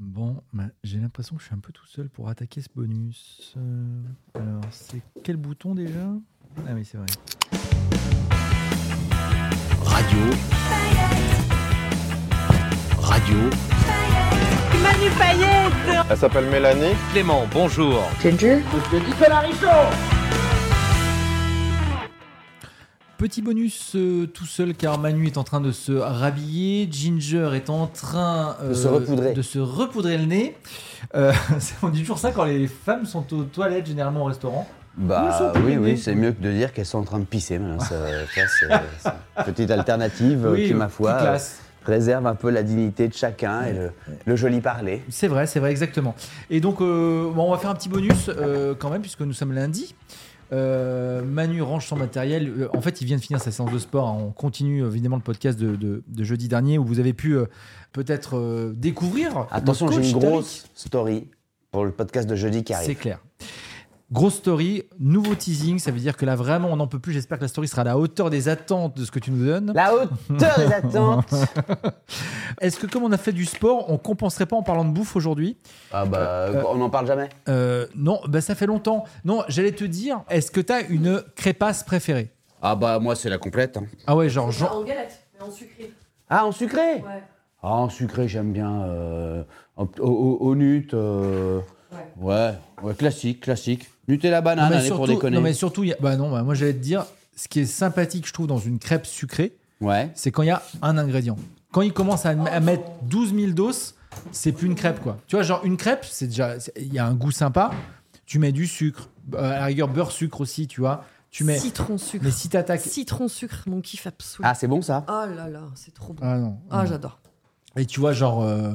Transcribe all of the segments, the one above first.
Bon, bah, j'ai l'impression que je suis un peu tout seul pour attaquer ce bonus. Euh, alors, c'est quel bouton déjà Ah oui, c'est vrai. Radio. Radio. Elle s'appelle Mélanie. Clément, bonjour. Petit bonus euh, tout seul car Manu est en train de se rhabiller, Ginger est en train euh, De se repoudrer. de se repoudrer le nez. Euh, on dit toujours ça quand les femmes sont aux toilettes, généralement au restaurant. Nous Bah sommes oui, privés. oui, c'est mieux que de dire qu'elles sont en train de pisser. maintenant, ça- ça, c'est- c'est une petite alternative euh, qui, ma petite foi, euh, classe. préserve un peu la dignité de chacun et le, le joli parler. C'est vrai, c'est vrai, exactement. Et donc, euh, bon, on va faire un petit bonus euh, quand même, puisque nous sommes lundi. Euh, Manu range son matériel. Euh, en fait, il vient de finir sa séance de sport. hein. On continue euh, évidemment le podcast de, de- de jeudi dernier où vous avez pu euh, peut-être euh, découvrir. Attention, le coach j'ai une Tariq. grosse story pour le podcast de jeudi qui C'est arrive. clair. Grosse story, nouveau teasing. Ça veut dire que là, vraiment, on n'en peut plus. J'espère que la story sera à la hauteur des attentes de ce que tu nous donnes. La hauteur des attentes Est-ce que, comme on a fait du sport, on compenserait pas en parlant de bouffe aujourd'hui Ah bah, on n'en parle jamais. Euh, non, bah ça fait longtemps. Non, j'allais te dire, est-ce que t'as une crépasse préférée Ah bah, moi, c'est la complète. hein. Ah ouais, genre, genre- En galette, mais en sucré. Ah, en sucré Ouais. Ah, en sucré, j'aime bien. euh, au, au- au nut. euh, ouais. ouais, classique, classique. Nutella banane, mais allez, Ah, pour surtout, déconner. non mais surtout, il y a- bah non, bah moi j'allais te dire, ce qui est sympathique, je trouve, dans une crêpe sucrée, Ouais. c'est quand il y a un ingrédient. Quand il commence à, à mettre 12 000 doses, c'est plus une crêpe quoi. Tu vois, genre une crêpe, c'est déjà, c'est- il y a un goût sympa. Tu mets du sucre, euh, à la rigueur beurre sucre aussi, tu vois. Tu mets. Citron sucre. Mais si t'attaques. Citron sucre, mon kiff absolu. Ah, c'est bon, ça Oh là là, c'est trop bon. Ah non. Ah, j'adore. Et tu vois, genre, euh,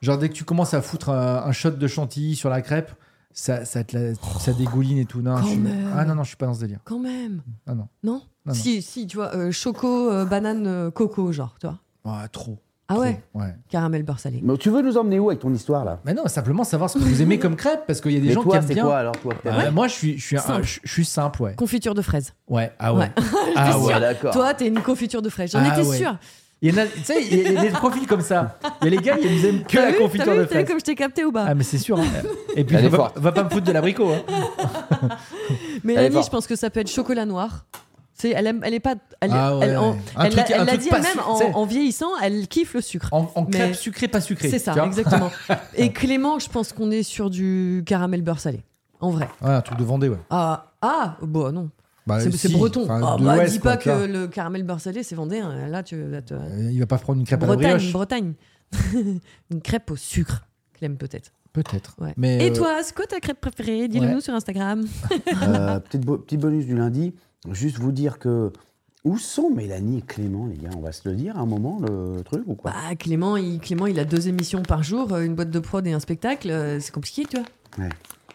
genre dès que tu commences à foutre un, un shot de chantilly sur la crêpe, ça, ça, te la- ça dégouline et tout. Non, Quand je suis- même. Ah non, non, je suis pas dans ce délire. Quand même. Ah non. Non, Non, Si, si, tu vois, euh, choco, euh, banane, euh, coco, genre, tu vois. Ah, trop. Ah trop, ouais, Ouais. caramel beurre salé. Mais tu veux nous emmener où avec ton histoire là Mais non, simplement savoir ce que vous aimez comme crêpe, parce qu'il y a des Mais gens qui toi, aiment c'est bien. quoi alors toi que Euh, t'aimes Moi, je suis, je, suis un- Simple. je, je suis simple, ouais. Confiture de fraises. Ouais, ah ouais. Ouais. ah ouais. ouais, d'accord. Toi, t'es une confiture de fraises. J'en Ah étais ouais. sûre. Il y en a, tu sais, il y a- il y a des profils comme ça. Il y a les gars qui nous aiment que T'as la vu, confiture t'as vu, de t'as vu fraises. bah comme je t'ai capté ou pas Ah, mais c'est sûr. hein. Et puis, Elle est va, forte. va pas me foutre de l'abricot. hein. Elle est Mélanie, forte. je pense que ça peut être chocolat noir. Tu sais, elle aime, elle est pas, elle, Ah ouais. elle, en- Un elle truc- l'a- un elle l'a truc dit pas elle-même su- en, tu sais. en vieillissant, elle kiffe le sucre. En, en crêpe Mais- sucrée, pas sucrée. C'est tu ça, vois. exactement. Et Clément, je pense qu'on est sur du caramel beurre salé. En vrai. Ouais, un truc de Vendée, ouais. Ah, ah bon, non. Bah, c'est si. c'est breton. Enfin, Ah, de bah, l'Ouest, dis quoi, pas tu vois. que le caramel beurre salé, c'est vendéen. Là, tu vas te. Euh, Il va pas prendre une crêpe à la Bretagne, brioche. Bretagne. Une crêpe au sucre, Clem, peut-être. Peut-être. Ouais. Mais, Et euh, toi, c'est quoi ta crêpe préférée Dis-le ouais. nous sur Instagram. Euh, petite bo- petit bonus du lundi, juste vous dire que. Où sont Mélanie et Clément, les gars On va se le dire à un moment, le truc ou quoi Bah, Clément, il, Clément, il a deux émissions par jour, euh, une boîte de prod et un spectacle. euh, C'est compliqué, tu vois.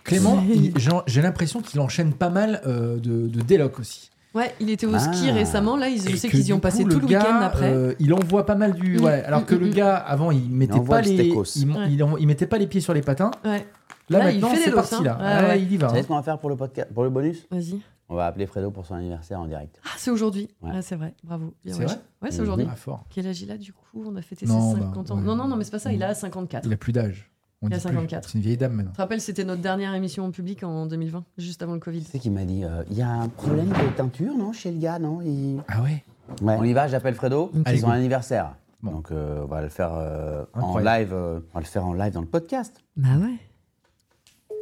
Clément, il- j'ai- j'ai l'impression qu'il enchaîne pas mal euh, de, de délocs aussi. Ouais, il était au ski Ah. récemment. Là, ils, je Et sais que qu'ils du y ont coup, passé tout le gars, week-end après. euh, il envoie pas mal du. Mm, ouais, alors mm, que le mm. gars, avant, il mettait envoie pas le les. stekos. Il, Ouais. il en- il mettait pas les pieds sur les patins. Ouais, Là, Là, il maintenant, fait des c'est losses, parti là. hein. Ouais, Ouais, ouais. Il y va. Vous hein. savez ce qu'on va faire pour le, podcast, pour le bonus vas-y. On va appeler Fredo pour son anniversaire en direct. Ah, c'est aujourd'hui. Ouais. Ouais, c'est vrai. Bravo. Bien, C'est ouais. vrai Ouais, c'est aujourd'hui. Ah, fort. Quel âge il a du coup On a fêté Non, ses bah, 50 ans. ouais. Non, non, non, mais c'est pas ça, il a 54. Il a plus d'âge. On Il a dit plus. 54. C'est une vieille dame maintenant. Je te rappelle, c'était notre dernière émission en public en 2020, juste avant le Covid. Tu sais qu'il m'a dit euh, il y a un problème de teinture, non Chez le gars, non Il- Ah ouais On y va, j'appelle Fredo, Allez, c'est son go. anniversaire. Bon. Donc euh, on va le faire euh, en Incroyable. live, euh, on va le faire en live dans le podcast. Bah ouais.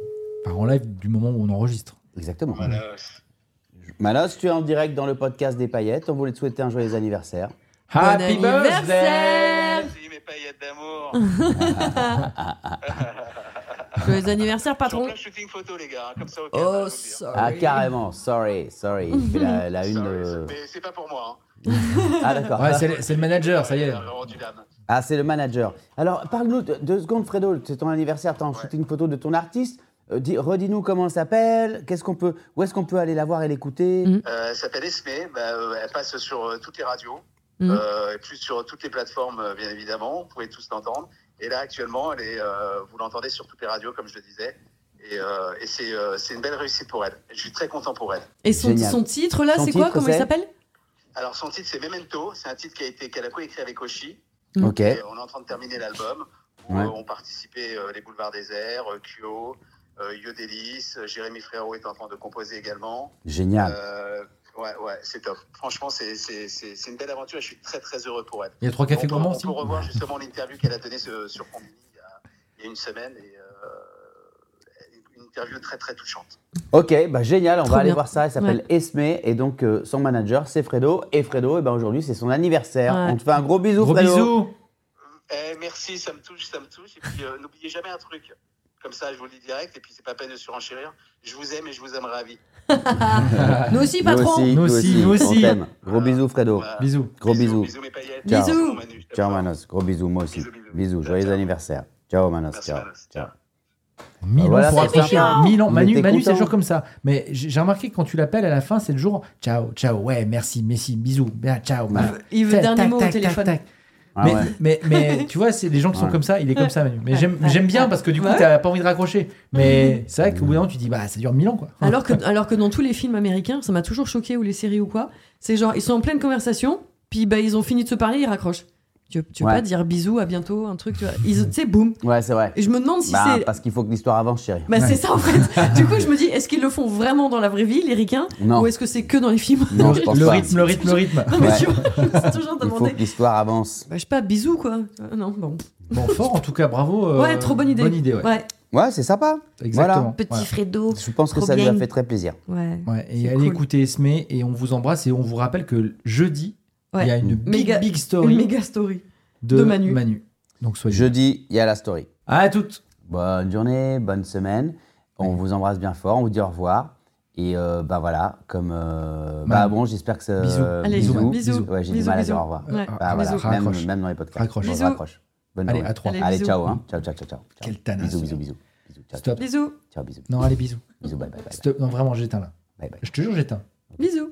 Enfin, en live du moment où on enregistre. Exactement. Malos, tu es en direct dans le podcast des paillettes. On voulait te souhaiter un joyeux anniversaire. Happy anniversaire Merci mes paillettes d'amour. Joyeux anniversaire, Je suis en patron plein shooting photo, les gars, hein, comme ça au Canada, Oh, je vous le dis. sorry. Ah, carrément, sorry, sorry. Il fait la, la une Sorry, de- Mais c'est pas pour moi. Ah, d'accord. Ouais, c'est le- c'est le manager, ça y Hein. est. Alors, du dame. Ah, c'est le manager. Alors, parle-nous de- deux secondes, Fredo. C'est ton anniversaire. T'as shooté une photo de ton artiste. Euh, dis- Redis-nous comment elle s'appelle. Qu'est-ce qu'on peut, où est-ce qu'on peut aller la voir et l'écouter Mm. Euh, elle s'appelle Esme, bah, euh, elle passe sur euh, toutes les radios, Mhm. euh, et plus sur toutes les plateformes, euh, bien évidemment, vous pouvez tous l'entendre. Et là, actuellement, elle est, euh, vous l'entendez sur toutes les radios, comme je le disais, et, euh, et c'est euh, c'est une belle réussite pour elle. Je suis très content pour elle. Et son, Génial. son titre, là, Son c'est quoi titre, Comment il c'est s'appelle Alors, son titre, c'est Memento, c'est un titre qui a été- qu'elle a coécrit avec Oshi, Mm. Ok. et Euh, on est en train de terminer l'album, où Ouais. euh, ont participé euh, les Boulevards Déserts, euh, Kyo, euh, Yodelis, euh, Jérémy Frérot est en train de composer également. Génial. Euh, ouais, ouais, c'est top. Franchement, c'est- c'est c'est- c'est une belle aventure et je suis très très heureux pour elle. Il y a trois cafés on, peut, gourmands on aussi. peut revoir justement l'interview qu'elle a donnée sur, sur Combini il y, a, il y a une semaine et euh, une interview très très touchante. Ok, bah génial. On Trop va aller bien. voir ça. Elle s'appelle Esme et donc euh, son manager, c'est Fredo. Et Fredo, eh ben aujourd'hui, c'est son anniversaire. Ouais. On te fait un gros bisou, Gros Fredo. bisous. Eh, merci, ça me touche, ça me touche. Et puis euh, n'oubliez jamais un truc. Comme ça, je vous le dis direct et puis c'est pas peine de surenchérir. Je vous aime et je vous aimerai à vie. Nous aussi, Nous patron Nous aussi, nous aussi, aussi, nous on aussi. t'aime. Gros bisous, Fredo. Voilà. Bisous. Gros bisous. Bisous mes paillettes. Ciao. Bisous. Manu, je t'aime Ciao fort. Manos, gros bisous, moi aussi. Bisous, Bisous, bisous. joyeux Ciao. anniversaire. Ciao Manos, Merci, ciao. Manos. ciao. Mille Ah, Voilà, ans pour c'est accrocher. mignon. Mille ans. On Manu, était Manu c'est contents. toujours comme ça. Mais j'ai j'ai remarqué que quand tu l'appelles à la fin, c'est le jour ciao, ciao, ouais, merci, merci, bisous, bien, ciao. bah. Il veut Tac, dernier tac, mot au tac, téléphone. tac, tac. Ah mais, ouais. mais, mais tu vois, c'est les gens qui sont Ouais. comme ça, il est comme ça, Manu. Mais Ouais, j'aime ouais, j'aime bien ouais. parce que du coup, Ouais. t'as pas envie de raccrocher. Mais c'est vrai qu'au bout d'un moment, tu dis, bah, ça dure mille ans, quoi. Alors que, alors que dans tous les films américains, ça m'a toujours choqué, ou les séries ou quoi, c'est genre, ils sont en pleine conversation, puis bah, ils ont fini de se parler, ils raccrochent. Tu, veux- tu veux Ouais. pas dire bisous, à bientôt, un truc, tu vois. Ils- Tu sais, boum. Ouais, c'est vrai. Et je me demande si Bah, c'est. parce qu'il faut que l'histoire avance, chérie. Bah, c'est ça en fait. du coup, je me dis, est-ce qu'ils le font vraiment dans la vraie vie, les ricains Non. Ou est-ce que c'est que dans les films Non, je pense le pas. rythme, le rythme, le rythme. Non, mais Ouais. tu vois, je me suis toujours Il faut demandé. que l'histoire avance. Bah, je sais pas, bisous quoi. Euh, non, bon. Bon, fort en tout cas, bravo. euh, ouais, trop bonne idée. Bonne idée, ouais. ouais. Ouais, c'est sympa. Exactement. Petit Voilà. Fredo. Je pense que Trop ça lui a bien. fait très plaisir. Ouais. Ouais, et C'est allez cool. écouter Esme et on vous embrasse et on vous rappelle que jeudi, il Ouais. y a une big, Méga- big story Une méga story. de, de Manu. Manu. Donc soyez. Jeudi, il y a la story. À toutes. Bonne journée, bonne semaine. On vous embrasse bien fort, on vous dit au revoir. Et euh, bah voilà, comme. euh, bah Manu. bon, j'espère que ça. Bisous. Allez, bisous, bisous, Ouais, j'ai du bisous, mal à bisous. dire au revoir. Ouais. Bah voilà, Bisous. même, Raccroche. même dans les podcasts. Raccroche. On Bisous. raccroche. Bonne Allez, journée. à trois. Allez, Allez, bisous. ciao, hein. Ciao, ciao, ciao, ciao. Ciao. Quelle tanasse. Bisous, bisous, bisous. Bisous, ciao, Stop. Bisous. ciao. Ciao, bisous. Non, allez, bisous. Bisous, bye, bye, bye. Stop. Non, vraiment, j'éteins là. bye, bye. Je te jure, j'éteins. Bisous.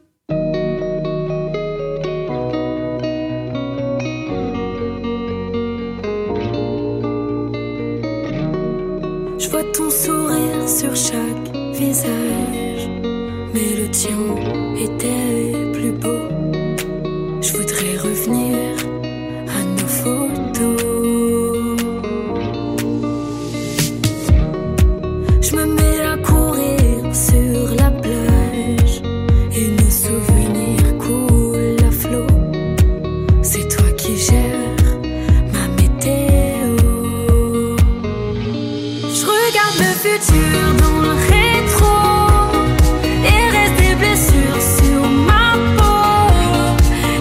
Je vois ton sourire sur chaque visage, mais le tien était plus beau. Je voudrais revenir à nos photos. Je me mets à courir sur la plage et nos souvenirs coulent à flot. C'est toi qui gères ma météo. Je regarde le futur dans le rétro et reste des blessures sur ma peau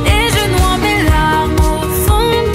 et je noie mes larmes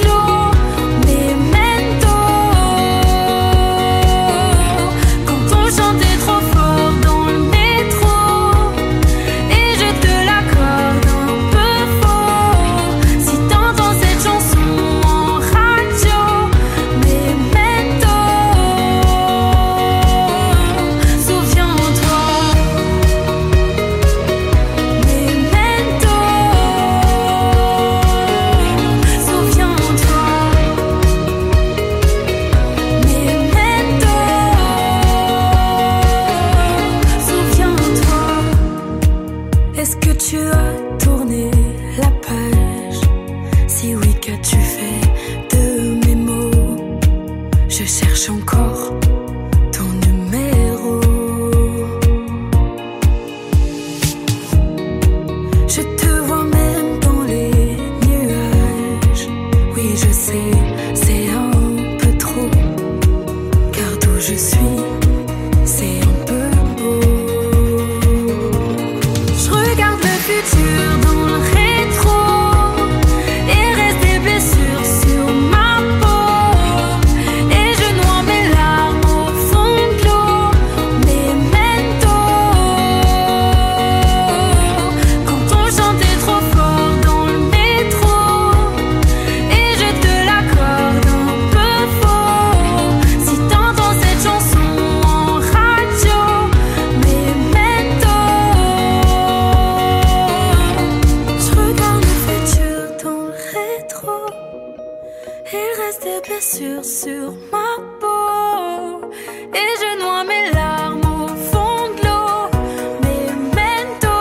Il reste des blessures sur ma peau. Et je noie mes larmes au fond de l'eau. Memento.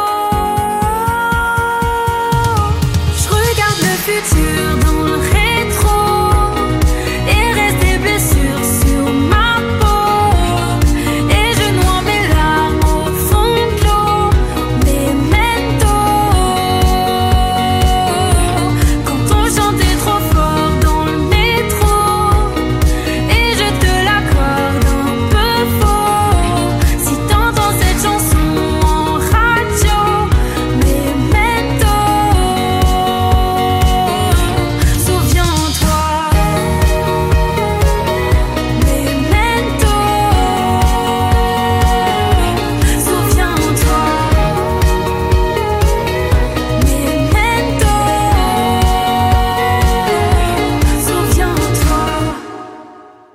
Je regarde le futur dans le rétro. Il reste des blessures sur ma peau. Et je noie mes larmes au fond de l'eau. Memento. Quand on chantait trop fort dans le métro Et je te l'accorde un peu faux Si t'entends cette chanson en radio Memento Souviens-toi Memento Souviens-toi Memento, souviens-toi.